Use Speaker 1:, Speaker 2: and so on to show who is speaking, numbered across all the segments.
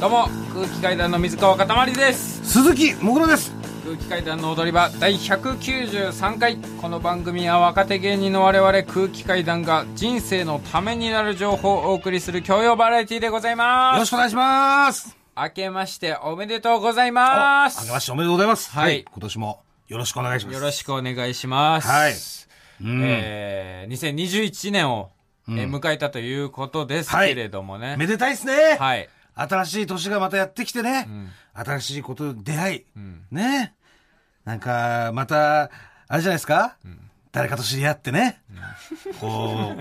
Speaker 1: どうも空気階段の水川かたまりです
Speaker 2: 鈴木もぐらです
Speaker 1: 空気階段の踊り場第193回この番組は若手芸人の我々空気階段が人生のためになる情報をお送りする教養バラエティでござい
Speaker 2: よ
Speaker 1: ま
Speaker 2: ろ
Speaker 1: す
Speaker 2: しくお願いします
Speaker 1: 明けましておめでとうござい
Speaker 2: お
Speaker 1: ま
Speaker 2: あ
Speaker 1: す
Speaker 2: けましておめでとうございます
Speaker 1: はい
Speaker 2: 今年もよろしくお願いします
Speaker 1: よろしくお願いします
Speaker 2: はいうん
Speaker 1: えー、2021年を、えー迎えたということですけれどもね
Speaker 2: めでたいですね
Speaker 1: はい、
Speaker 2: 新しい年がまたやってきてね、新しいこと出会い、ねなんかまたあれじゃないですか、誰かと知り合ってね、こ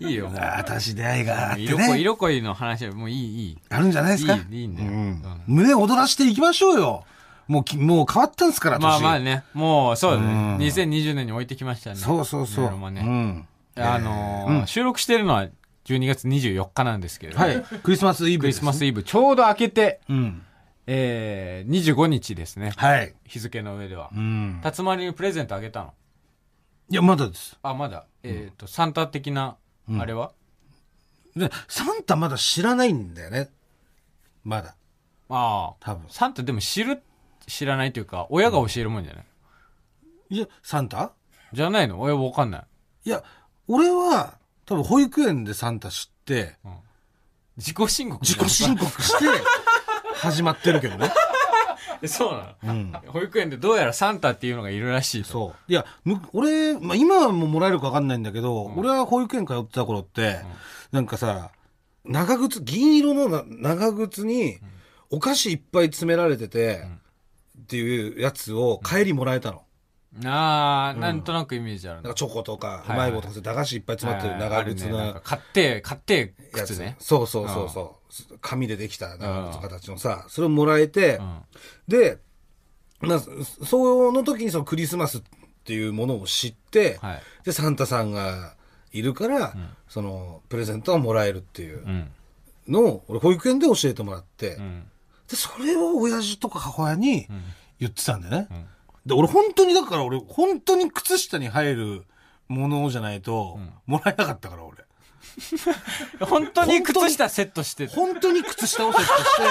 Speaker 2: う
Speaker 1: い、いよもう
Speaker 2: 新しい出会いがあって
Speaker 1: 色恋
Speaker 2: ね
Speaker 1: 色恋の話はもういいいい
Speaker 2: あるんじゃないで
Speaker 1: い
Speaker 2: すか
Speaker 1: いいいんだよ、
Speaker 2: うん胸躍らしていきましょうよもうきもう変わったんですから年
Speaker 1: まあまあねもうそうだね、
Speaker 2: うん
Speaker 1: 2020年に置いてきましたね
Speaker 2: そうそうそう、
Speaker 1: メロマね
Speaker 2: うん
Speaker 1: あのー収録してるのは12月24日なんですけれども、
Speaker 2: はいクリスマスイブ
Speaker 1: ク
Speaker 2: で
Speaker 1: リ
Speaker 2: す
Speaker 1: スマスイブちょうど明けて、
Speaker 2: うん
Speaker 1: えー、25日ですね
Speaker 2: はい
Speaker 1: 日付の上では
Speaker 2: うん
Speaker 1: 辰丸にプレゼントあげたの
Speaker 2: いやまだです
Speaker 1: あまだえっ、とサンタ的なあれは、
Speaker 2: でサンタまだ知らないんだよねまだ
Speaker 1: ああ
Speaker 2: 多分
Speaker 1: サンタでも知る知らないというか親が教えるもんじゃない、
Speaker 2: いやサンタ
Speaker 1: じゃないの親わかんない
Speaker 2: いや、俺は、多分保育園でサンタ知って、
Speaker 1: 自己申告
Speaker 2: 自己申告して、始まってるけどね。
Speaker 1: 告 そうな
Speaker 2: う
Speaker 1: の、
Speaker 2: ん。
Speaker 1: 保育園でどうやらサンタっていうのがいるらしいと
Speaker 2: そう。いや、む俺、まあ、今はもうもらえるか分かんないんだけど、俺は保育園通ってた頃って、なんかさ、長靴、銀色のな長靴に、お菓子いっぱい詰められてて、っていうやつを帰りもらえたの。
Speaker 1: ああ、なんとなくイメージある
Speaker 2: なん
Speaker 1: な
Speaker 2: かチョコと
Speaker 1: は
Speaker 2: か、う
Speaker 1: いは
Speaker 2: ま
Speaker 1: い
Speaker 2: い棒とか、駄菓子いっぱい詰まってる
Speaker 1: はいは
Speaker 2: 長
Speaker 1: いあ
Speaker 2: 靴
Speaker 1: ねな
Speaker 2: の
Speaker 1: んか買って、買って、
Speaker 2: やつ
Speaker 1: 靴ね。
Speaker 2: そうそうそうそう。紙でできた長靴の形のさ、それをもらえて、
Speaker 1: うん。
Speaker 2: で、まあ、そその時にそのクリスマスっていうものを知って、
Speaker 1: はい
Speaker 2: で、サンタさんがいるから、その、プレゼントはもらえるってい
Speaker 1: う
Speaker 2: う
Speaker 1: ん。
Speaker 2: のを、俺、保育園で教えてもらって、
Speaker 1: うん。
Speaker 2: で、それを親父とか母親に
Speaker 1: ん
Speaker 2: 言ってたんだよね。
Speaker 1: ん
Speaker 2: で、俺、本当に、だから俺、本当に靴下に入るものじゃないと、もらえなかったから、俺。
Speaker 1: 本当に靴下セットして、
Speaker 2: 本当に靴下をセット して、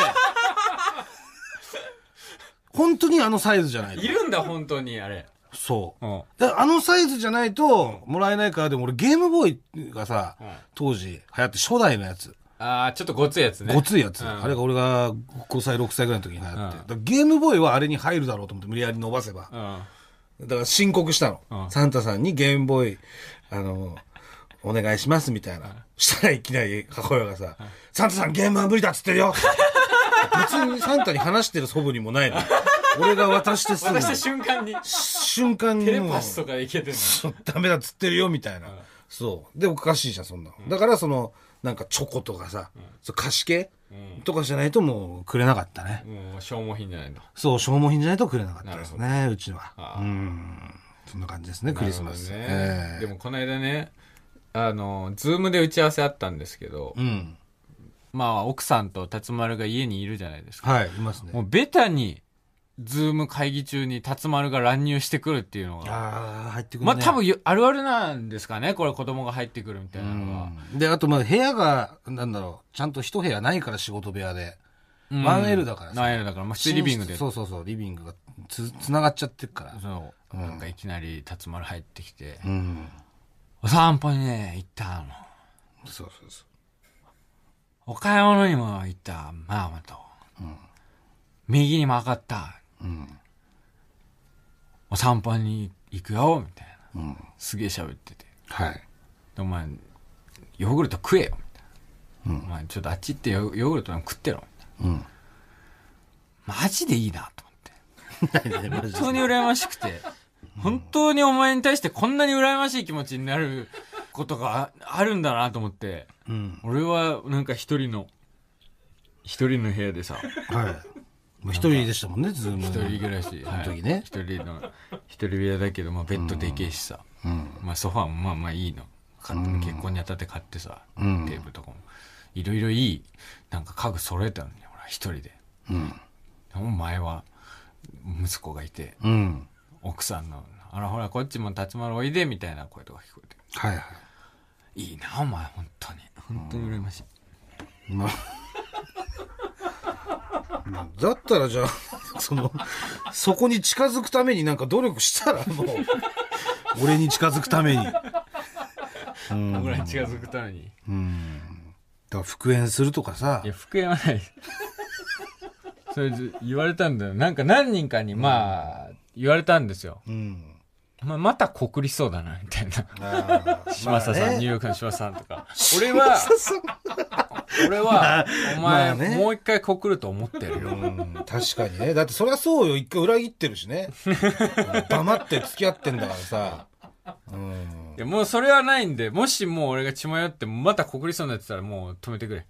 Speaker 2: 本当にあのサイズじゃないと
Speaker 1: い。るんだ、本当に、あれ。
Speaker 2: そう。
Speaker 1: うん。
Speaker 2: だからあのサイズじゃないともらえないから、でも俺ゲームボーイがさ、
Speaker 1: ん
Speaker 2: 当時流行って初代のやつ、
Speaker 1: ああ、ちょっとごついやつね。
Speaker 2: ごついやつ、
Speaker 1: うん
Speaker 2: あれが俺が5歳、6歳ぐらいの時に流行って、
Speaker 1: うん
Speaker 2: だからゲームボーイはあれに入るだろうと思って無理やり伸ばせば
Speaker 1: う、ん。
Speaker 2: だから申告したの、
Speaker 1: うん
Speaker 2: サンタさんにゲームボーイ、あの、お願いしますみたいな。したらいきなり母親がさ、サンタさんゲームは無理だっつってるよ別にサンタに話してる素振りもないの。俺が渡してすぐ
Speaker 1: 渡した瞬間に、
Speaker 2: 瞬間にも
Speaker 1: テ
Speaker 2: う
Speaker 1: レパスとかでいけてる
Speaker 2: そうダメだっつってるよみたいな、そうでおかしいじゃんそんなの、だからそのなんかチョコとかさ、そう菓子系とかじゃないともうくれなかったね、
Speaker 1: の。もう消耗品じゃないの。
Speaker 2: そう消耗品じゃないとくれなかったです
Speaker 1: な
Speaker 2: ねうちは
Speaker 1: あー
Speaker 2: うんそんな感じですねクリスマス、
Speaker 1: なるほどね
Speaker 2: え。え
Speaker 1: でも、この間ね、あの、ズームで打ち合わせあったんですけど、
Speaker 2: うん
Speaker 1: まあ、奥さんと辰丸が家にいるじゃないですか。
Speaker 2: はいいますね
Speaker 1: もう、ベタに、ズーム会議中に辰丸が乱入してくるっていうのが。
Speaker 2: ああ入ってくる、ね、
Speaker 1: まあ多分よあるあるなんですかねこれ子供が入ってくるみたいなのは、
Speaker 2: うんであとまあ部屋がなんだろうちゃんと一部屋ないから仕事部屋で
Speaker 1: うん
Speaker 2: 1L だからさ
Speaker 1: 1L だから、まあ、普通にリビングで
Speaker 2: そうそうそうリビングがつつながっちゃってるから
Speaker 1: そうなんかいきなり辰丸入ってきて、
Speaker 2: うん
Speaker 1: お散歩にね行ったの
Speaker 2: そうそうそう
Speaker 1: お買い物にも行ったママと、右に曲がった、お散歩に行くよみたいな、すげえ喋ってて
Speaker 2: はい
Speaker 1: でお前ヨーグルト食えよみたいな、お前ちょっとあっち行ってヨヨーグルトでも食ってろみたいな、マジでいいなと思って 本当
Speaker 2: 本
Speaker 1: に羨ましくて、本当にお前に対してこんなに羨ましい気持ちになることがああるんだなと思って、
Speaker 2: うん。
Speaker 1: 俺はなんか一人の、一人の部屋でさ、
Speaker 2: はい。まあ一人でしたもんね、ズーム。
Speaker 1: 一人暮らし、
Speaker 2: の時ね
Speaker 1: 一人の、一人部屋だけど、まあベッドでけえしさ、
Speaker 2: うん。
Speaker 1: まあソファーもまあまあいいの。買って結婚にあたって買ってさ、
Speaker 2: うん
Speaker 1: テーブルとかも。いろいろいい、なんか家具揃えたのに、ほら、一人で。
Speaker 2: うん。
Speaker 1: お前は、息子がいて、
Speaker 2: うん。
Speaker 1: 奥さんの、あらほら、こっちも立ち回ろうおいで、みたいな声とか聞こえて。
Speaker 2: はいはい
Speaker 1: いな、お前、本当に。本当に羨ましい。
Speaker 2: い。まあ。まあだったらじゃあ、その、そこに近づくためになんか努力したらもう、俺に近づくために。うん。
Speaker 1: 僕らに近づくために。
Speaker 2: うん。だから復縁するとかさ
Speaker 1: いや、、復縁はない。それ言われたんだよ。なんか何人かに、まあ、言われたんですよ。
Speaker 2: うん。
Speaker 1: まあ、また告りそうだな、みたいな。
Speaker 2: ああ
Speaker 1: 嶋佐さん、ニューヨークの嶋佐さんとか。 俺は、俺
Speaker 2: ま
Speaker 1: は
Speaker 2: あ、
Speaker 1: お
Speaker 2: ま
Speaker 1: 前、
Speaker 2: あね
Speaker 1: もう一回告ると思ってるよ。
Speaker 2: うん確かにね。だってそりゃそうよ。一回裏切ってるしね。黙って付き合ってんだからさ。うん
Speaker 1: い。や、もうそれはないんで、もしもう俺が血迷って、また告りそうになってたら、もう止めてくれ。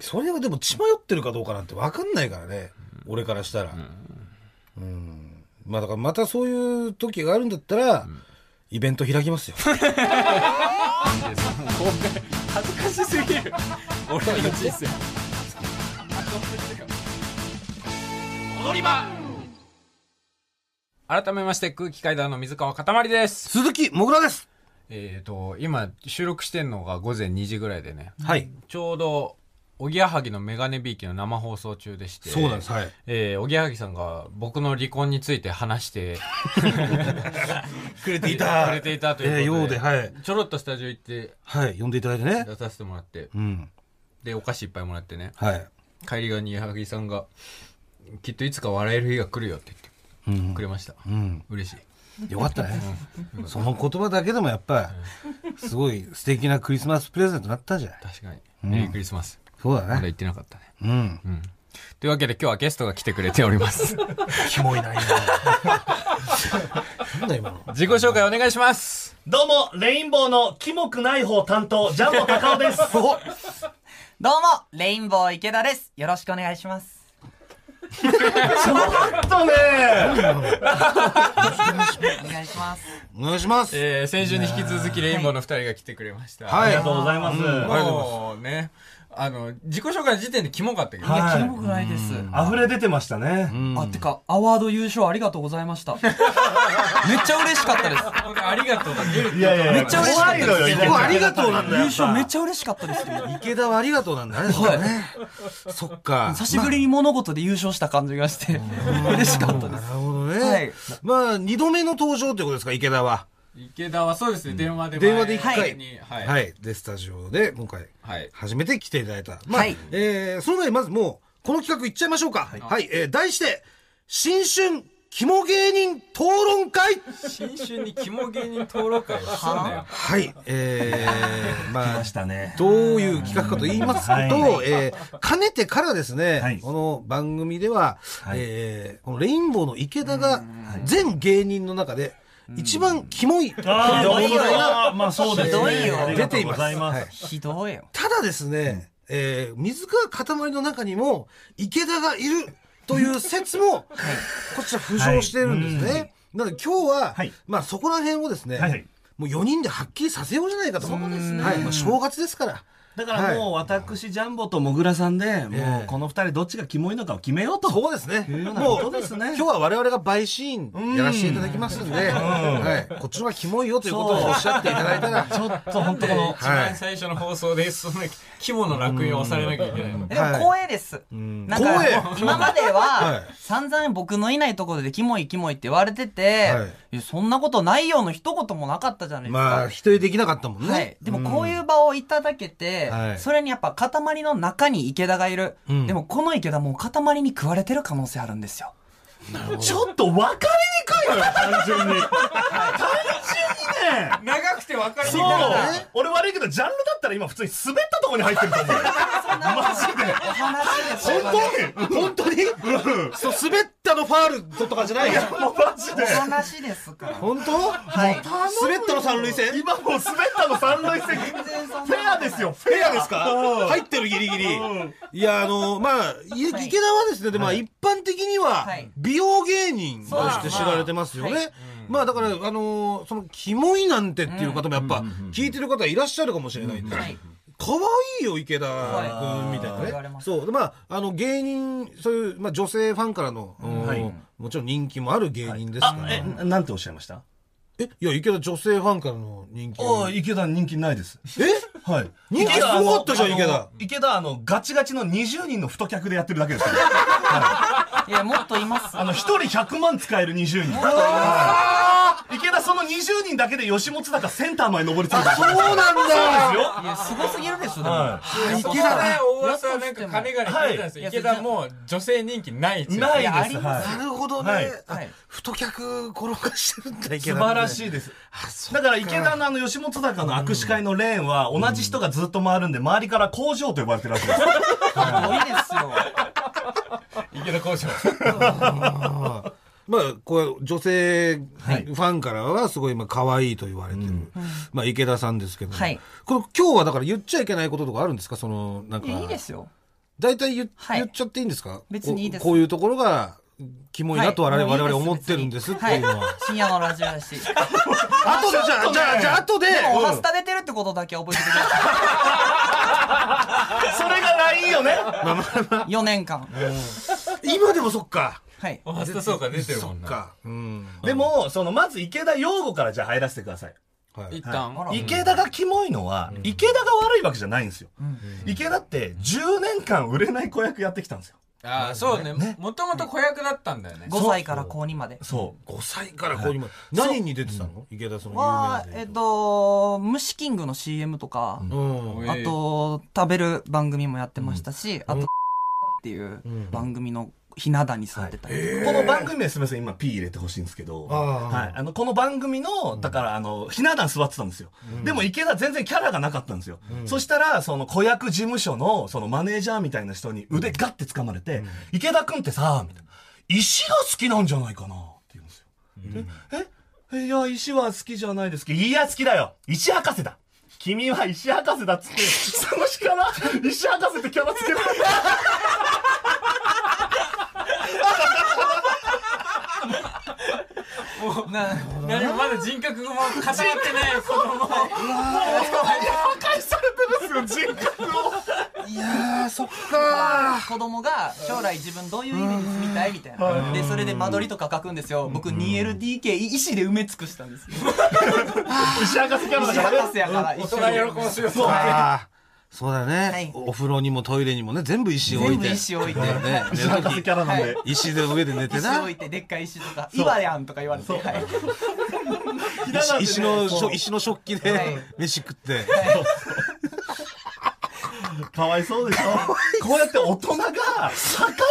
Speaker 2: それはでも血迷ってるかどうかなんて分かんないからね。俺からしたら。うん。まあだからまたそういう時があるんだったら、イベント開き ますよ。
Speaker 1: いやその公開恥ずかしすぎる俺の人生踊り場改めまして空気階段の水川かたまりです
Speaker 2: 鈴木もぐらです。
Speaker 1: えっ、と今収録してんのが午前2時ぐらいでね
Speaker 2: はい。
Speaker 1: ちょうどおぎやはぎのメガネビーキの生放送中でして
Speaker 2: そうなんです。はい。
Speaker 1: えー、おぎやはぎさんが僕の離婚について話して
Speaker 2: くれてい
Speaker 1: くれていたということで
Speaker 2: えーようで、はい。
Speaker 1: ちょろっとスタジオ行って
Speaker 2: はい。呼んでいただいてね。
Speaker 1: 出させてもらって
Speaker 2: うん。
Speaker 1: でお菓子いっぱいもらってね
Speaker 2: はい。
Speaker 1: 帰りがに矢作さんが「きっといつか笑える日が来るよ」って言って
Speaker 2: うん
Speaker 1: く。れました、
Speaker 2: うん。
Speaker 1: 嬉しい
Speaker 2: よかったね。その言葉だけでもやっぱ、すごい素敵なクリスマスプレゼントになったじゃない。
Speaker 1: 確かに
Speaker 2: うん
Speaker 1: メリークリスマス、
Speaker 2: そうだ
Speaker 1: まだ
Speaker 2: ね。
Speaker 1: 言ってなかったね
Speaker 2: うん。
Speaker 1: うんというわけで今日はゲストが来てくれております
Speaker 2: キモいな、今の。 なんだ今の。
Speaker 1: 自己紹介お願いします
Speaker 3: どうも、レインボーのキモくない方担当、ジャンボ高尾 です。
Speaker 4: どうも、レインボー池田です。よろしくお願いし ます。
Speaker 3: とね、
Speaker 4: お願いします。
Speaker 2: お願いします。
Speaker 1: えー、先週に引き続きレインボーの2人が来てくれました
Speaker 2: はい
Speaker 3: ありがとうございます。
Speaker 2: うん
Speaker 1: もうねあの自己紹介の時点でキモかったけど、
Speaker 3: はい
Speaker 4: いや、キモくないです。
Speaker 3: 溢れ出てましたね。
Speaker 4: あ、てか、アワード優勝ありがとうございました。めっちゃ嬉しかった です。
Speaker 1: 本当にありがとうが出る
Speaker 3: いやいやいや、
Speaker 4: めっちゃ嬉しかったです
Speaker 3: 怖いのよ、
Speaker 2: そこありがとうなんだよ。
Speaker 4: 優勝めっちゃ嬉しかったです。
Speaker 2: 池田はありがとうなんだね。そうだね。そっか。
Speaker 4: 久しぶりに物事で優勝した感じがして、嬉しかったで
Speaker 2: なる
Speaker 4: す。
Speaker 2: ほど
Speaker 4: は
Speaker 2: ね
Speaker 4: い。
Speaker 2: まあ、二度目の登場ということですか、池田は。
Speaker 1: 池田はそうですね、電話で
Speaker 2: 電話で一
Speaker 1: 前
Speaker 2: 回
Speaker 1: に。はい、は
Speaker 2: はいい。で、スタジオで今回、
Speaker 1: はい
Speaker 2: 初めて来ていただいた。まあ
Speaker 4: はい、
Speaker 2: えーその前にまずもう、この企画いっちゃいましょうか。はい。えー題して、新春肝芸人討論会
Speaker 1: 新春にキモ芸人登録会をすんなよ
Speaker 2: はい。えー、ま あ
Speaker 3: ま、したね。
Speaker 2: どういう企画かと言いますと、
Speaker 3: はい
Speaker 2: えーかねてからですね、
Speaker 3: はい
Speaker 2: この番組では、
Speaker 3: はい
Speaker 2: えーこのレインボーの池田が全芸人の中で一番キモいという
Speaker 3: あ
Speaker 2: 問
Speaker 3: ー
Speaker 2: 題が
Speaker 3: まあ、そうですね。
Speaker 4: ひどいよ
Speaker 3: あり
Speaker 2: 出
Speaker 3: がと
Speaker 2: て
Speaker 3: う
Speaker 2: い
Speaker 3: ご
Speaker 2: ます。
Speaker 3: ざいま
Speaker 2: はい
Speaker 3: す。
Speaker 4: ひどいよ。
Speaker 2: ただですね、えー水川かたまりの中にも池田がいるという説も、こちら浮上してるんですね。
Speaker 3: は
Speaker 2: なので今日は、
Speaker 3: はい
Speaker 2: まあそこら辺をですね、
Speaker 3: はいはい
Speaker 2: もう4人ではっきりさせようじゃないかと。そうですね。まあ、正月ですから。
Speaker 3: だからもう、私、ジャンボともぐらさんで、も
Speaker 2: ええ
Speaker 3: う、この二人どっちがキモいのかを決めようと。
Speaker 2: そうですね。
Speaker 3: いうような
Speaker 2: も
Speaker 3: こと
Speaker 2: う、
Speaker 3: ですね
Speaker 2: 今日は我々が陪シーンやらせていただきますんで、はい、こっちの方がキモいよということをおっしゃっていただいたら、
Speaker 3: ちょっと本当この、
Speaker 1: 一番最初の放送で、そんな肝の落印を押されなきゃいけないの。
Speaker 4: でも光栄です。なんか
Speaker 2: 光栄、
Speaker 4: 今まで
Speaker 2: は
Speaker 4: は、散々僕のいないところでキモいキモいって言われてて
Speaker 2: はい、
Speaker 4: いやそんなことないよの一言もなかったじゃないです
Speaker 2: ま
Speaker 4: か
Speaker 2: あ、。否定できなかったもんね。
Speaker 4: はい。でもこういう場をいただけて、
Speaker 2: はい
Speaker 4: それにやっぱ塊の中に池田がいる。
Speaker 2: ん
Speaker 4: でもこの池田もう塊に食われてる可能性あるんですよ。
Speaker 3: ちょっと分かりにくいのよ、単純に。単純にね。
Speaker 1: 長くて分かりにく
Speaker 3: そ、
Speaker 1: いう
Speaker 3: 俺悪いけど、ジャンルだったら今普通に滑ったとこに入ってると思う。マジで。
Speaker 4: お話ですよ
Speaker 3: 本当に本当に
Speaker 2: そう、滑ったのファールとかじゃないよ。
Speaker 3: もうマジで。
Speaker 4: お話ですから。
Speaker 2: 本当
Speaker 4: はい。
Speaker 2: 滑ったの三塁線
Speaker 3: 今もう滑ったの三塁線。フェアですよ、フ
Speaker 2: フェ
Speaker 3: ェ
Speaker 2: アですか入ってるギリギリ。いや、あの、まあ、い池田
Speaker 4: はい
Speaker 2: はですね、でまあ一般的には
Speaker 4: はい、
Speaker 2: 美容芸人として知られてますよ
Speaker 4: そうだ
Speaker 2: ね。まあだから、あの、その、キモいなんてっていう方もやっぱ、聞いてる方いらっしゃるかもしれないんで。
Speaker 4: はい。
Speaker 2: 可愛いよ池田君みた
Speaker 4: 言
Speaker 2: いな
Speaker 4: わ
Speaker 2: ね
Speaker 4: れ。ます
Speaker 2: そうでまああの芸人そういうまあ女性ファンからの、うん
Speaker 3: はい
Speaker 2: もちろん人気もある芸人ですか
Speaker 3: ア。
Speaker 2: ら。
Speaker 3: あ、え、なんておっしゃいました
Speaker 2: えいや池田女性ファンからの人気。
Speaker 3: ああ、池田人気ないです。
Speaker 2: え
Speaker 3: はい。
Speaker 2: 人気すごかったじゃん池田
Speaker 3: あの池田、あの、ガチガチの20人の太客でやってるだけですから。はい
Speaker 5: いや、もっといます。
Speaker 3: あの、1人100万使える20人。はい池田、その20人だけで吉本坂センターまで登り詰めた。そうなんだよ
Speaker 5: いや、すごすぎるでしょ、でも。
Speaker 3: は
Speaker 1: そしたら大噂はなんか金が聞いたんですよ、
Speaker 5: はい
Speaker 1: 池田もう女性人気ないです
Speaker 3: い。
Speaker 1: よ
Speaker 3: ない
Speaker 5: いやあ
Speaker 3: で
Speaker 5: り
Speaker 3: す。
Speaker 5: ま
Speaker 3: はい
Speaker 5: す
Speaker 2: なるほどね。
Speaker 3: はい
Speaker 2: あ
Speaker 5: はい
Speaker 2: 太客転がしてるんだ、
Speaker 3: 素晴らし
Speaker 2: い。
Speaker 3: いです。だから池田のあの吉本坂の握手会のレーンは同じ人がずっと回るんで、周りから工場と呼ばれてるわけです。
Speaker 5: すごいですよ。
Speaker 1: 池田校長
Speaker 2: ああまあ、こう、女性フ
Speaker 3: はい
Speaker 2: ァンからはすごい、まあ、可愛いと言われてる。まあ、池田さんですけど。
Speaker 5: はい
Speaker 2: この、今日はだから言っちゃいけないこととかあるんですかその、なんか。
Speaker 5: いや、いいですよ。
Speaker 2: 大体言,、
Speaker 5: はい
Speaker 2: 言っちゃっていいんですか
Speaker 5: 別にいいです
Speaker 2: こうこういうところがキモいなと我々,、
Speaker 5: はいもういい
Speaker 2: 我々思
Speaker 5: です
Speaker 2: ってるんですって
Speaker 5: はいいう
Speaker 2: のは、
Speaker 5: 深夜のラジオ だし。で
Speaker 2: 後でじゃあじゃあじゃあ後で
Speaker 5: も、おはスタ出てるってことだけ覚えてくださ
Speaker 3: それがないよね。
Speaker 5: い。4 年間。
Speaker 2: 今でもそっか
Speaker 5: はい。
Speaker 1: マスタそうか出てるもんな
Speaker 2: かうん
Speaker 3: でも、その、まず池田擁護からじゃあ入らせてください。
Speaker 2: はい
Speaker 1: 一旦、
Speaker 5: はいあら
Speaker 3: 池田がキモいのは、池田が悪いわけじゃないんですよ。池田って10年間売れない子役やってきたんですよ。
Speaker 1: ああそうねもともと子役だったんだよね
Speaker 5: 5歳から高2まで。
Speaker 3: そう。
Speaker 2: 5歳からこう今、何に出てたの池田その有名な
Speaker 5: は
Speaker 2: や、つ
Speaker 5: えっと、虫キングの CM とか、
Speaker 2: うん
Speaker 5: あと、食べる番組もやってましたし、あと、っていう番組のひな壇に座ってたりとか。
Speaker 3: この番組名すみません、今 P 入れてほしいんですけど、
Speaker 2: ああ
Speaker 3: はい。あの、この番組の、だから、あの、ひな壇座ってたんですよ。でも池田全然キャラがなかったんですよ。そしたら、その子役事務所の、そのマネージャーみたいな人に腕ガッて掴まれて、池田くんってさ、みたいな。石が好きなんじゃないかな、って言うんですよ。でええいや、石は好きじゃないですけど、いや、好きだよ石博士だ君は石博士だっつって、その日から石博士ってキャラつけられた。
Speaker 5: な
Speaker 1: 何もまだ人格も固まってない子供
Speaker 3: 返されてるんですよ、人格を。
Speaker 2: いやーそっか
Speaker 5: 子供が将来自分どういう家に住みたいみたいな。で、それで間取りとか書くんですよ。僕 2LDK 医師で埋め尽くしたんですよ。
Speaker 3: 石博士キャラだ
Speaker 5: 石
Speaker 3: から
Speaker 5: 博士やから一緒に
Speaker 1: 大人喜ばせよう
Speaker 2: ーあーそうだよね、
Speaker 5: い
Speaker 2: お風呂にもトイレにもね全部石置い
Speaker 5: 全部
Speaker 2: て
Speaker 5: 石置いて。
Speaker 2: ね
Speaker 3: 石博 士キャラなんで。
Speaker 2: 石の上で寝て
Speaker 5: 石
Speaker 2: な
Speaker 5: 置いて、でっかい石とか、岩やんとか言われて。はい
Speaker 2: 石石のしょ石の食器
Speaker 5: はい
Speaker 2: で飯食って、
Speaker 3: かわいそうでしょこうやって大人が破壊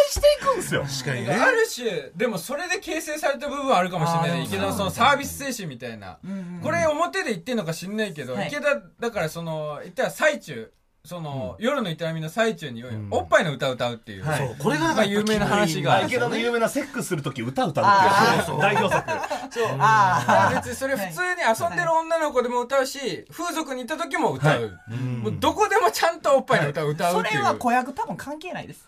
Speaker 3: していくんですよ。
Speaker 2: 確かにね
Speaker 1: ある種でもそれで形成された部分はあるかもしれ
Speaker 5: あ
Speaker 1: な
Speaker 5: ー
Speaker 1: い
Speaker 5: でも
Speaker 1: 池田のそのサービス精神みたいな、これ表で言ってんのか知んないけど、
Speaker 5: はい
Speaker 1: 池田だからその言ったら最中その、夜の営みの最中に、おっぱいの歌を歌うっていう、
Speaker 3: はい
Speaker 2: そうこれがなん
Speaker 1: ま
Speaker 2: か
Speaker 1: あ有名な話が
Speaker 3: マイケルの有名なセックスするとき歌歌うっていうそう代表作。
Speaker 5: あ
Speaker 1: 別にそれ普通に遊んでる女の子でも歌うし風俗に行った時も歌う、もうどこでもちゃんとおっぱいの歌を
Speaker 5: あ。
Speaker 1: 歌う
Speaker 5: そ
Speaker 1: っ
Speaker 5: れ
Speaker 1: ていう、
Speaker 5: は子役多分関係ないです。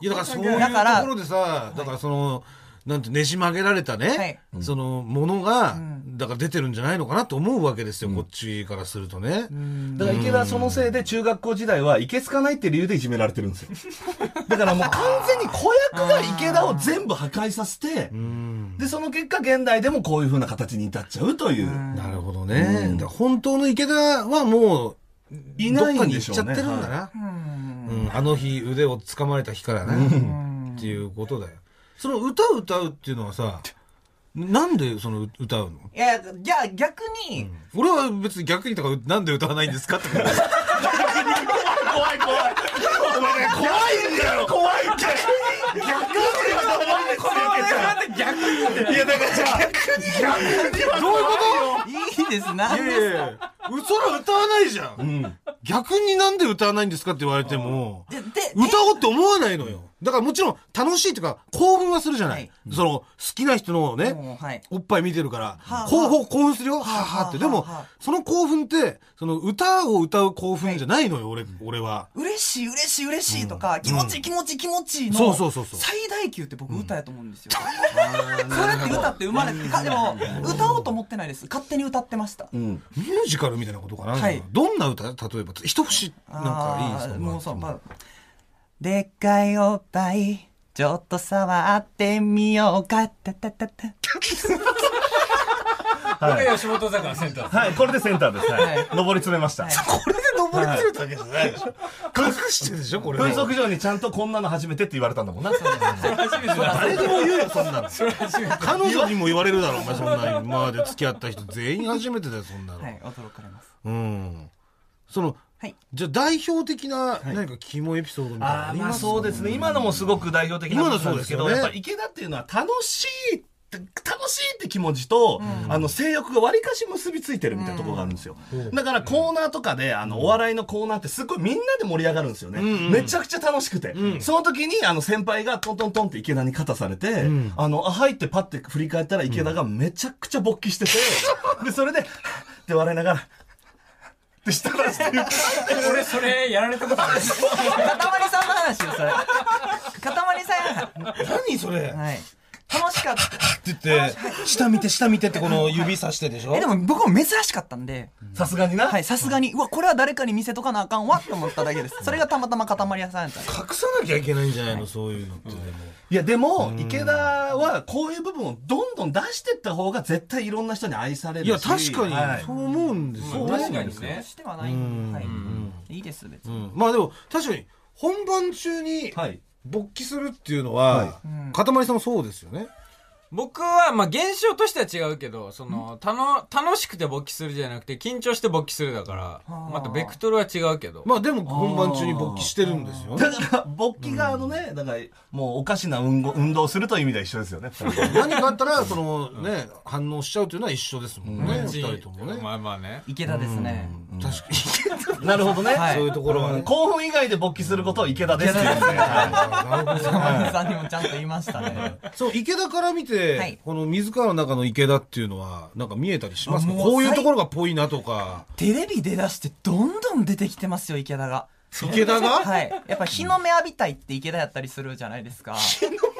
Speaker 2: いやだからそういう
Speaker 5: だから
Speaker 2: ところでさ、だからその、なんてねじ曲げられたね、そのものが、だから出てるんじゃないのかなと思うわけですよ、こっちからするとね。
Speaker 3: だから池田はそのせいで中学校時代はいけつかないって理由でいじめられてるん ですよ。だからもう完全に子役が池田を全部破壊させて、で、その結果現代でもこういう風な形に至っちゃうという。
Speaker 2: なるほどね。だから本当の池田はもう、
Speaker 3: い
Speaker 2: ど
Speaker 3: な
Speaker 2: っ
Speaker 3: い
Speaker 2: か
Speaker 3: ん
Speaker 2: に
Speaker 3: で
Speaker 2: 行っ
Speaker 3: しょ
Speaker 2: ちゃ
Speaker 3: う
Speaker 2: って
Speaker 3: ね。
Speaker 2: るんだ
Speaker 3: はい
Speaker 2: な。うんあの日腕を掴まれた日からね。っていうことだよ。その歌を歌うっていうのはさ、なんでその歌うの
Speaker 5: いや、じゃあ逆に、
Speaker 2: 俺は別に逆にとか、なんで歌わないんですかってことです。
Speaker 3: 怖い怖い。怖いんだよ。怖い逆に逆にこ
Speaker 1: なんで逆に
Speaker 3: いやだからじゃあ逆に逆にはどういうこ
Speaker 5: いいですな。
Speaker 2: いやいやいや、そら歌わないじゃん。逆になんで歌わないんですかって言われても、
Speaker 5: で、で、
Speaker 2: 歌おうって思わないのよ。だからもちろん楽しいっていうか、興奮はするじゃない。
Speaker 5: はい
Speaker 2: その、好きな人のね、
Speaker 5: もうはい。
Speaker 2: おっぱい見てるから、
Speaker 5: あはあ
Speaker 2: 興奮、興奮するよ、はあはあって。でも
Speaker 5: はあはあ、
Speaker 2: その興奮って、その歌を歌う興奮じゃないのよ、俺、俺は。
Speaker 5: 嬉しい、嬉しい、嬉しいとか、気持ちいい、気持ちいい、気持ちいいの、
Speaker 2: そうそうそうそう
Speaker 5: 最大級って僕歌やと思うんですよ。そうやって歌って生まれて、かでも、歌おうと思ってないです。勝手に歌ってました。
Speaker 3: とよ。
Speaker 2: ミュージカルみたいなことかな、
Speaker 5: はい
Speaker 2: どんな歌例えば、一節なんかいいです
Speaker 5: あ
Speaker 2: か
Speaker 5: ーもうそう、まあ、でっかいおっぱい、ちょっと触ってみようか、たたたた。
Speaker 1: これが吉本坂のセンター
Speaker 3: はい、これでセンターです。はい。登り詰めました。
Speaker 5: い
Speaker 3: これで
Speaker 2: 登り詰めたわけじゃないでしょ。隠してでしょ、これを。
Speaker 3: 風 俗嬢にちゃんとこんなの始めてって言われたんだもんな。
Speaker 2: 誰にも言うよ、そんなの。 彼女にも言われるだろ、お前、そんな今まで付き合った人全員初めてだよ、そんなの。
Speaker 5: はい、驚かれます。
Speaker 2: うん。その、
Speaker 5: はい
Speaker 2: じゃあ代表的な何かキモエピソードみたいなの
Speaker 3: あ
Speaker 2: あ
Speaker 3: ー
Speaker 2: り
Speaker 3: ま
Speaker 2: ま
Speaker 3: あ
Speaker 2: す
Speaker 3: そうですね今のもすごく代表的な
Speaker 2: 今
Speaker 3: こ
Speaker 2: の
Speaker 3: となんですけど
Speaker 2: そうです
Speaker 3: や
Speaker 2: よ
Speaker 3: っ
Speaker 2: ね
Speaker 3: ぱ池田っていうのは楽しいって楽しいって気持ちと、あの性欲がわりかし結びついてるみたいなところがあるんですよ、だからコーナーとかであのお笑いのコーナーってすごいみんなで盛り上がるんですよね、めちゃくちゃ楽しくて、その時にあの先輩がトントントンって池田に肩されて、あのあ入ってパッて振り返ったら池田がめちゃくちゃ勃起してて、でそれでって笑いながらってしたらしてる
Speaker 1: 俺それやられたことある
Speaker 5: かたまりさんの話よ、そ れ。かたまり さ
Speaker 2: 何それ
Speaker 5: ん。はい。楽しかった。
Speaker 2: って言って、下見て下見てってこの指さしてでしょ
Speaker 5: え、でも僕も珍しかったんで、
Speaker 3: さすがにな、
Speaker 5: はい、さすがに、うわ、これは誰かに見せとかなあかんわって思っただけです。それがたまたまかたまりさんやったんで
Speaker 2: 隠さなきゃいけないんじゃないの、そういうのって。でも
Speaker 3: いやでも、池田はこういう部分をどんどん出してった方が絶対いろんな人に愛されるし
Speaker 2: いや、確か
Speaker 3: は
Speaker 2: に、
Speaker 3: い
Speaker 2: そう思うんですよね。
Speaker 1: 確かにね
Speaker 5: してはないんで、はい。いいです、別
Speaker 2: う
Speaker 5: に。
Speaker 2: んまあでも、確かに、本番中に
Speaker 3: はい
Speaker 2: 勃起するっていうのは、かたまりさんもそうですよね。
Speaker 1: 僕は、まあ、現象としては違うけど、その、たの、楽しくて勃起するじゃなくて、緊張して勃起するだから、またベクトルは違うけど。
Speaker 2: まあでも、本番中に勃起してるんですよね。
Speaker 3: だから勃起があのね、だからもうおかしな運動運動をするという意味では一緒ですよね
Speaker 2: 何かあったら、そのね、反応しちゃうというのは一緒ですもんね、
Speaker 1: う
Speaker 2: 二
Speaker 1: ん
Speaker 2: 人ともね。
Speaker 1: まあまあね。
Speaker 5: 池田ですね。
Speaker 2: 確かに。
Speaker 3: なるほどね、
Speaker 5: はい
Speaker 2: そういうところはね。
Speaker 3: 興奮以外で勃起することを池田ですって言うんで、
Speaker 5: かたまりさんにもちゃんと言いましたね。
Speaker 2: そう、池田から見
Speaker 5: は
Speaker 2: て
Speaker 5: い、
Speaker 2: この水川の中の池田っていうのは、なんか見えたりしますか
Speaker 5: もう
Speaker 2: こういうところがぽいなとか。
Speaker 5: テレビ出だしてどんどん出てきてますよ、池田が。
Speaker 2: 池田が
Speaker 5: はい。やっぱ日の目浴びたいって池田やったりするじゃないですか。
Speaker 3: どういうこと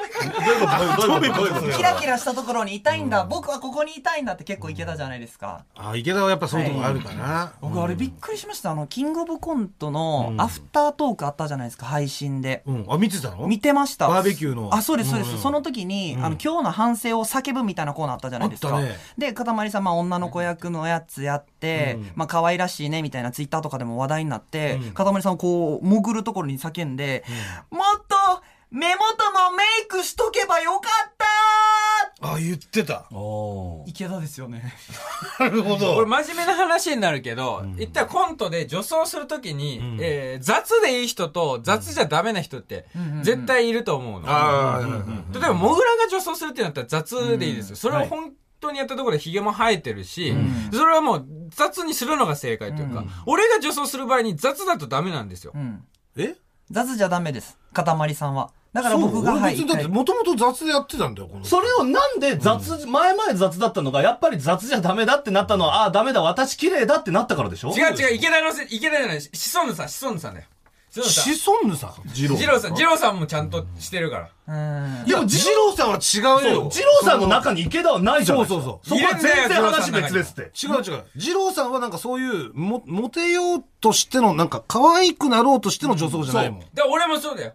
Speaker 3: どういうこと
Speaker 5: キラキラしたところにいたいんだ、僕はここにいたいんだって結構池田じゃないですか。
Speaker 2: あ、池田はやっぱそういうところあるかな。
Speaker 5: 僕あれびっくりしました。あの、キングオブコントのアフタートークあったじゃないですか、配信で。
Speaker 2: うん。あ、見てたの
Speaker 5: 見てました。
Speaker 2: バーベキューの
Speaker 5: あ、そうです、そうです。その時に、あの、今日の反省を叫ぶみたいなコーナーあったじゃないです
Speaker 2: あ
Speaker 5: か
Speaker 2: ったね。
Speaker 5: で、かたまりさん、まあ、女の子役のやつやって、まあ、可愛らしいね、みたいなツイッターとかでも話題になって、かたまりさんをこう、潜るところに叫んで、もっと、目元のメイクしとけばよかった
Speaker 2: あ、言ってた。
Speaker 3: お
Speaker 5: ー池田ですよね。
Speaker 2: なるほ
Speaker 1: 俺
Speaker 2: ど。
Speaker 1: 真面目な話になるけど、言ったらコントで女装するときに、えー雑でいい人と雑じゃダメな人って、絶対いると思うの。
Speaker 2: ああ、
Speaker 1: 例えば、モグラが女装するってなったら雑でいいですよ。それを本当にやったところでヒゲも生えてるし、それはもう雑にするのが正解というか、俺が女装する場合に雑だとダメなんですよ
Speaker 5: う。ん。
Speaker 2: え
Speaker 5: 雑じゃダメです。かたまりさんは。だから
Speaker 2: そう
Speaker 5: 僕が、
Speaker 2: 俺
Speaker 5: はい
Speaker 2: 別。にだって、もともと雑でやってたんだよ、この人。
Speaker 3: それをなんで雑、前々雑だったのがやっぱり雑じゃダメだってなったのはああーダメだ私綺麗だってなったからでしょ
Speaker 1: 違う違う、池田のせ、池田じゃない、しシソンヌさん、シソンヌさんだよ。シソンヌさん。
Speaker 2: シソン
Speaker 1: 二
Speaker 2: ヌさん。
Speaker 3: 二
Speaker 1: 郎さん、二郎さんもちゃんとしてるから。
Speaker 5: うん。
Speaker 2: いや、二郎さんは違う
Speaker 3: そう
Speaker 2: よ。
Speaker 3: 二郎さんの中に池田はないじゃん
Speaker 2: そうそう
Speaker 3: そ
Speaker 1: そう
Speaker 3: こは全然
Speaker 1: いるんだよ
Speaker 3: 話別ですって
Speaker 2: 違う違う。二郎さんはなんかそういう、も、モテようとしての、なんか可愛くなろうとしての女装じゃないもん。
Speaker 1: で、俺もそうだよ。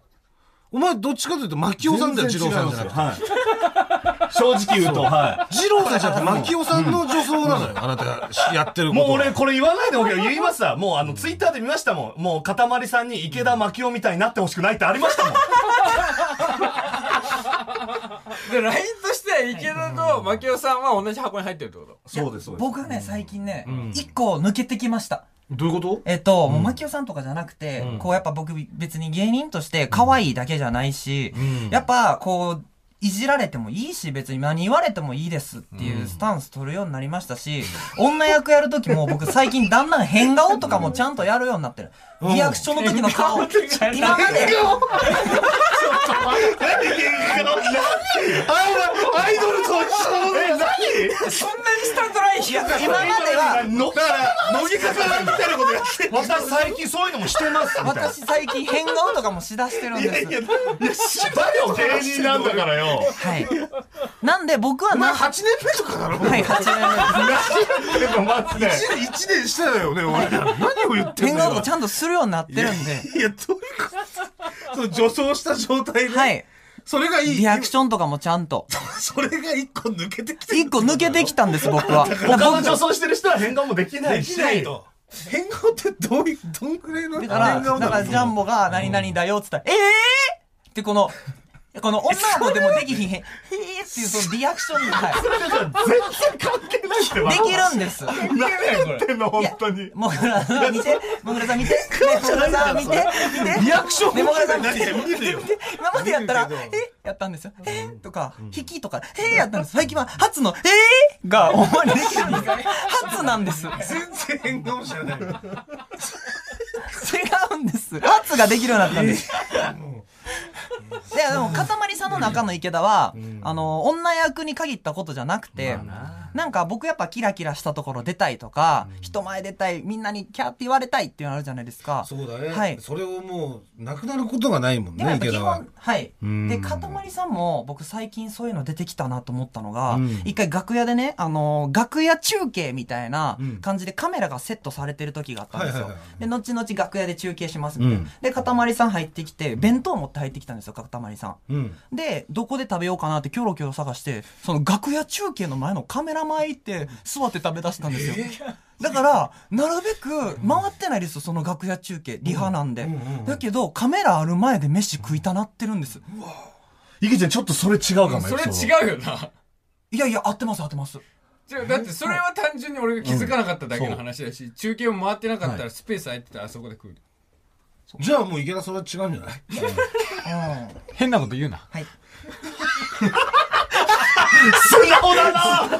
Speaker 2: お前どっちかというと、牧雄さんだよ、二郎さんじゃなくて。
Speaker 3: はい。正直言うと、は
Speaker 2: 二郎さんじゃなくて、牧雄さんの女装なのよ。あなたがやってる
Speaker 3: い。
Speaker 2: ことは。
Speaker 3: もう俺、これ言わないでおけよ。言いました。もう、あの、ツイッターで見ましたもん。もう、かたまりさんに池田真紀夫みたいになってほしくないってありましたもん。
Speaker 1: で、ラインとしては池田と牧雄さんは同じ箱に入ってるってこと。
Speaker 3: そうです、そう
Speaker 5: 僕はね、最近ね、一個抜けてきました。
Speaker 2: どういうこと
Speaker 5: えっと、もう、マキオさんとかじゃなくて、こう、やっぱ僕、別に芸人として可愛いだけじゃないし、やっぱ、こう、いじられてもいいし、別に何言われてもいいですっていうスタンス取るようになりましたし、女役やるときも僕最近だんだん変顔とかもちゃんとやるようになってる。リアクションの時の顔。今まで、
Speaker 3: アイドルと一緒え、何
Speaker 1: そんなにスタートライン引
Speaker 5: 今までは、
Speaker 3: 乗っから、乗り方みたいなことやって私最近そういうのもしてます、みたいな。
Speaker 5: 私最近変顔とかもしだしてるん
Speaker 3: い
Speaker 5: で
Speaker 3: や
Speaker 5: す
Speaker 3: い。や、いや、芝よ、芸人なんだからよ。
Speaker 5: はい。なんで僕は
Speaker 2: お前
Speaker 5: な、
Speaker 2: 8年目とかだろ
Speaker 5: はい、8年目で
Speaker 3: でも待って。
Speaker 2: 1年1年してたよね、俺ら。何を言って
Speaker 5: す。
Speaker 2: ん
Speaker 5: 変
Speaker 2: だ
Speaker 5: 顔
Speaker 2: よ
Speaker 5: と。かちゃんとするようになってるんで、
Speaker 2: いや、 どういうことその女装した状態で。
Speaker 5: はい。
Speaker 2: それがいい。
Speaker 5: リアクションとかもちゃんと。
Speaker 2: それが1個抜けてきてる
Speaker 5: 一個抜けてきたんです、僕は。
Speaker 3: 他の女装してる人は変顔もできない
Speaker 2: で
Speaker 3: し。
Speaker 2: きないと変顔ってどういどんくらいの
Speaker 5: だから、
Speaker 2: 変顔
Speaker 5: だ
Speaker 2: な
Speaker 5: から
Speaker 2: の
Speaker 5: ジャンボが何々だよって言ったら、えーってこの、この女の子でもできひんへん、へーっていうそのリアクションが、はい、
Speaker 3: 全然関係ないってば
Speaker 5: できるんです。
Speaker 3: 何やってんの
Speaker 5: い
Speaker 3: 本
Speaker 5: や
Speaker 3: 当に
Speaker 5: もぐらさん見て、もぐらさ ん見て、ねもぐらさん見て、見て。
Speaker 3: リアクション
Speaker 5: ねもぐらさん見
Speaker 3: 何
Speaker 5: て、
Speaker 3: や見てよ
Speaker 5: 今までやったら、
Speaker 2: 見るけど
Speaker 5: えやったんですよ。えとか、引きとか、えやったんです。最近は、初の、えが、ほんまにできるんです。 初なんです。違
Speaker 2: 全然変顔じゃない
Speaker 5: うんです。初ができるようになったんです。で、でも、かたまりさんの中の池田は、あの、女役に限ったことじゃなくて、なんか僕やっぱキラキラしたところ出たいとか、人前出たい、みんなにキャーって言われたいっていうのあるじゃないですか。
Speaker 2: そうだね、
Speaker 5: はい
Speaker 2: それをもうなくなることがないもん
Speaker 5: でも
Speaker 2: ね
Speaker 5: やっぱ
Speaker 2: 池
Speaker 5: 基
Speaker 2: 田は
Speaker 5: 本、はい。
Speaker 2: ん
Speaker 5: で、かたまりさんも、僕最近そういうの出てきたなと思ったのが
Speaker 2: うん、
Speaker 5: 一回楽屋でね、あのー、楽屋中継みたいな感じでカメラがセットされてる時があったんです
Speaker 2: は
Speaker 5: よ
Speaker 2: いはいはいは。。
Speaker 5: で、後々楽屋で中継しますみたいうなんで、かたまりさん入ってきて、弁当持って入ってきたんですよ、かたまりさん。
Speaker 2: うん
Speaker 5: で、どこで食べようかなってキョロキョロ探して、その楽屋中継の前のカメラ前行って座って食べ出したんですよ。だから、なるべく回ってないですよ、その楽屋中継。リハなんで。だけど、カメラある前で飯食いたなってるんです。
Speaker 3: いけちゃんちょっとそれ違うかも
Speaker 1: それ
Speaker 3: う
Speaker 1: 違うよない
Speaker 5: やいや、合ってます合ってます。
Speaker 1: じゃあだってそれは単純に俺が気づかなかっただけの話だし、中継を回ってなかったらスペース空いてたらあそこで食う、
Speaker 2: じゃあもう池田それは違うんじゃない
Speaker 5: うん。
Speaker 1: 変なこと言うな
Speaker 3: 素直だななんて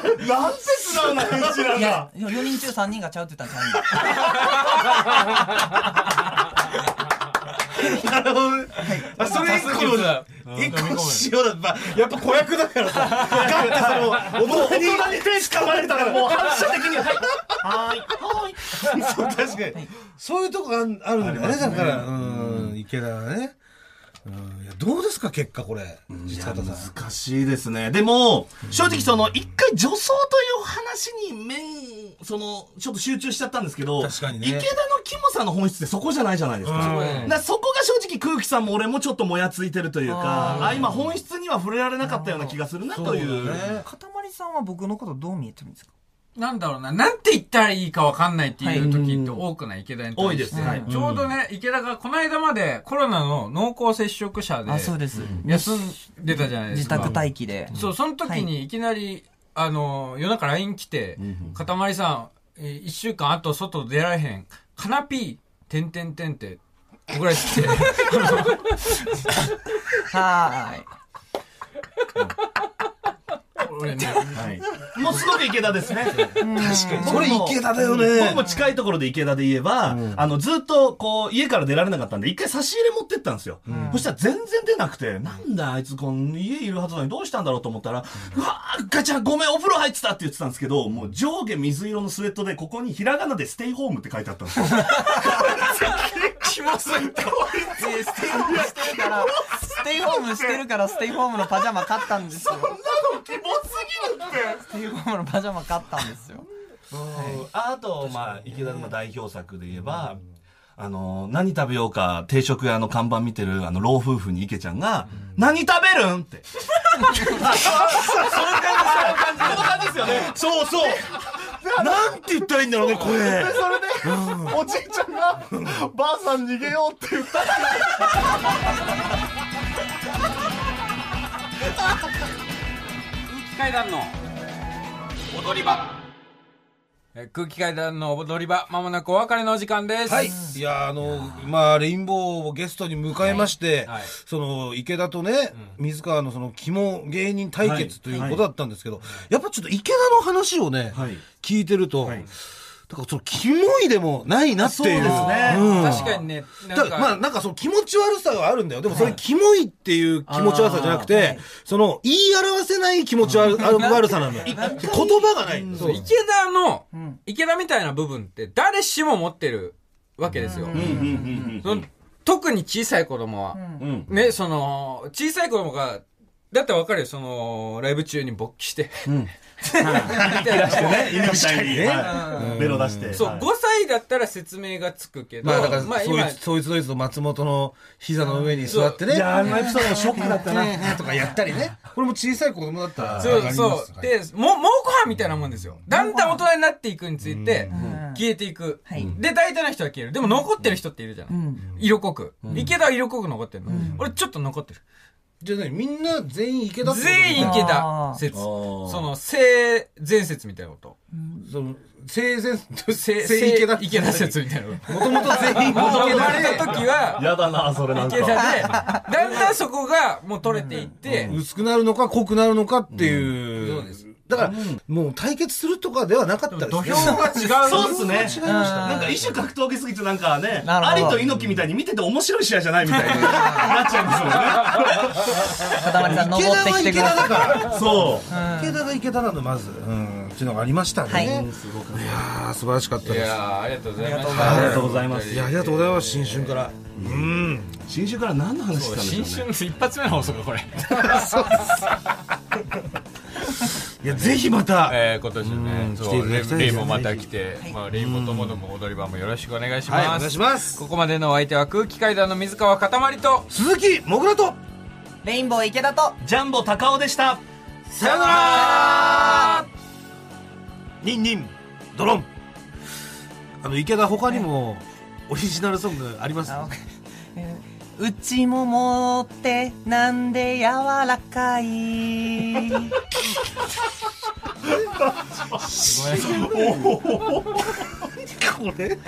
Speaker 3: 素直な返事なん
Speaker 5: い
Speaker 3: だ
Speaker 5: や、4人中3人がちゃうって言ったんちゃうんだ。
Speaker 3: なるほどねあそれ一個の
Speaker 1: だ
Speaker 3: 一個の塩だまあやっぱ子役だからさガッてその大人に手掴まれたらもう反射的に
Speaker 5: はい。はい。
Speaker 3: そう確かに
Speaker 2: そういうとこがあんあるんだよねだからうん、池田はね、うん、いやどうですか結果これ実方さん
Speaker 3: 難しいですねでも正直その一回女装という話に面そのちょっと集中しちゃったんですけど
Speaker 2: 確かにね
Speaker 3: 池田のキモさんの本質ってそこじゃないじゃないですかだからそこが正直空気さんも俺もちょっともやついてるというかあ今本質には触れられなかったような気がするなという
Speaker 5: かたまりさんは僕のことどう見えてるんですか
Speaker 1: なんだろうな、なんて言ったらいいかわかんないっていう時って多くない、池田に対して。
Speaker 3: 多いですねはい
Speaker 1: ちょうどね、池田がこの間までコロナの濃厚接触者で
Speaker 5: あ、そうです。
Speaker 1: 休んでたじゃないで
Speaker 5: 自
Speaker 1: すか。
Speaker 5: 宅待機で。
Speaker 1: そう、その時にいきなり、あの、夜中 LINE 来て、かたまりさん、えー一週間あと外出られへん、カナピー、てんてんてんって、僕 ら知って、
Speaker 5: はーい。
Speaker 1: 俺ね、
Speaker 3: はいもうすごく池田ですね。 確かに。
Speaker 2: これ池田だよね
Speaker 3: 僕も近いところで池田で言えば、あの、ずっと、こう、家から出られなかったんで、一回差し入れ持ってったんですよ。そしたら全然出なくて、なんだあいつ、この家いるはずなのにどうしたんだろうと思ったら、うわー、ガチャごめん、お風呂入ってたって言ってたんですけど、もう上下水色のスウェットで、ここにひらがなでステイホームって書いてあった んですよ。
Speaker 1: 気まずいって。
Speaker 5: でステイホームしてるから、ステイホームしてるから、ステイホームのパジャマ買ったんですよ。
Speaker 3: キモすぎるって。
Speaker 5: ステイホームのパジャマ買ったんですよ。
Speaker 3: あと、まあ、池田の代表作で言えば、あの、何食べようか、定食屋の看板見てる、あの、老夫婦に池ちゃんが、何食べるん って。その感じ、その感じですよね。そうそう。 なんて言ったらいいんだろうね、これ。それで、おじいちゃんが、ばあさん逃げようって言った
Speaker 1: 空気階段の踊り場空気階段の踊り場まもなくお別れのお時間です
Speaker 2: はい。いや、あの、まあ、レインボーをゲストに迎えまして、
Speaker 1: はいはい
Speaker 2: その、池田とね、水川のその、肝芸人対決ということだったんですけど、やっぱちょっと池田の話をね、
Speaker 3: はい
Speaker 2: 聞いてると、
Speaker 3: はい
Speaker 2: だからその、キモいでもないなっていう。
Speaker 3: そうですね
Speaker 2: うん
Speaker 1: 確かにね
Speaker 2: だ
Speaker 1: なんか、
Speaker 2: まあなんかその気持ち悪さがあるんだよ。でもそれキモいっていう気持ち悪さじゃなくて、その言い表せない気持ち悪,、悪さなのよ。言葉がない。そう
Speaker 1: 池田の、
Speaker 5: ん
Speaker 1: 池田みたいな部分って誰しも持ってるわけですよ、その特に小さい子供は、
Speaker 3: うん。
Speaker 1: ねその小さい子供がだってわかるよそのライブ中に勃起して、 みたいな
Speaker 3: ね、犬みたいに、はいベロ出して。
Speaker 1: そう、
Speaker 3: はい
Speaker 1: 5歳だったら説明がつくけど、
Speaker 2: まあだから、
Speaker 1: まあ
Speaker 2: そい
Speaker 1: 今
Speaker 2: つ、そいつどいつと松本の膝の上に座ってね。
Speaker 3: いや、あのエピソードもショックだったな。
Speaker 2: とかやったりね。これも小さい子供だったら。
Speaker 1: そうそう。で、も、もうご飯みたいなもんですよ。だんだん大人になっていくについて、
Speaker 5: ん
Speaker 1: 消えていく。
Speaker 5: はい
Speaker 1: で、大体の人は消える。でも残ってる人っているじゃない、
Speaker 5: うん
Speaker 1: 色濃く。池田は色濃く残ってるの。俺ちょっと残ってる。
Speaker 2: じゃあ何みんな全員池田ってこと
Speaker 1: 全員池田説。
Speaker 3: あ ー
Speaker 1: その、性前説みたいなこと。
Speaker 2: その生前
Speaker 1: 性、
Speaker 2: 性池田
Speaker 1: 池田説みたいなこと。
Speaker 2: も ともと全員
Speaker 1: もう生
Speaker 2: 池
Speaker 1: ま
Speaker 2: 田
Speaker 1: れ
Speaker 2: で
Speaker 1: た時は、
Speaker 3: やだな、それなん
Speaker 1: 池田で、
Speaker 3: か。
Speaker 1: だんだんそこがもう取れていって、
Speaker 2: 薄くなるのか濃くなるのかっていう、
Speaker 1: うんそうです
Speaker 2: だから、もう対決するとかではなかったですね
Speaker 1: 土俵が違う。
Speaker 3: そうっすね。
Speaker 2: 違いました
Speaker 3: なんか異種格闘技すぎてなんかね、
Speaker 5: なるほ
Speaker 3: アリ
Speaker 5: ど
Speaker 3: と猪木みたいに見てて面白い試合じゃないみたいに なっちゃうんです
Speaker 5: かたまりさん
Speaker 2: 池田
Speaker 5: 登って
Speaker 2: は
Speaker 5: き
Speaker 2: 池
Speaker 5: てく
Speaker 2: 田
Speaker 5: だ
Speaker 2: だ
Speaker 5: さい
Speaker 2: から
Speaker 3: よね。そう。
Speaker 2: 池田が池田なのまず、うん、っていうのがありましたね、、
Speaker 5: はいい
Speaker 2: やー素晴らしかった
Speaker 1: い
Speaker 2: です
Speaker 1: やーありがとうございまし
Speaker 3: あ
Speaker 1: た。
Speaker 3: りがとうございます。
Speaker 2: いやありがとうございます新春からうん
Speaker 3: 新春から何の話してたんでしょう
Speaker 1: 新
Speaker 3: ね。
Speaker 1: 春の一発目の放送か、これ。
Speaker 2: いやぜひまた、
Speaker 1: えー、今年ね、
Speaker 2: 来て
Speaker 1: そ、
Speaker 2: いうただ
Speaker 1: レ
Speaker 2: きた
Speaker 1: イ
Speaker 2: い
Speaker 1: レ
Speaker 2: ですね
Speaker 1: イもまた来て、まあ、レイもともども踊り場もよろしくお願いします。
Speaker 2: はいお願いします
Speaker 1: ここまでのお相手は空気階段の水川かたまりと、
Speaker 2: 鈴木もぐらと
Speaker 5: レインボー池田と
Speaker 3: ジャンボ高尾でした。
Speaker 2: さよならニンニンドロンあの池田他にもオリジナルソングあります
Speaker 5: あえーうちももってなんで柔らかい
Speaker 2: これ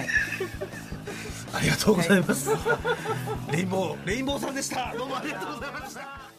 Speaker 2: ありがとうございます、レインボーレインボーさんでしたどうもありがとうございました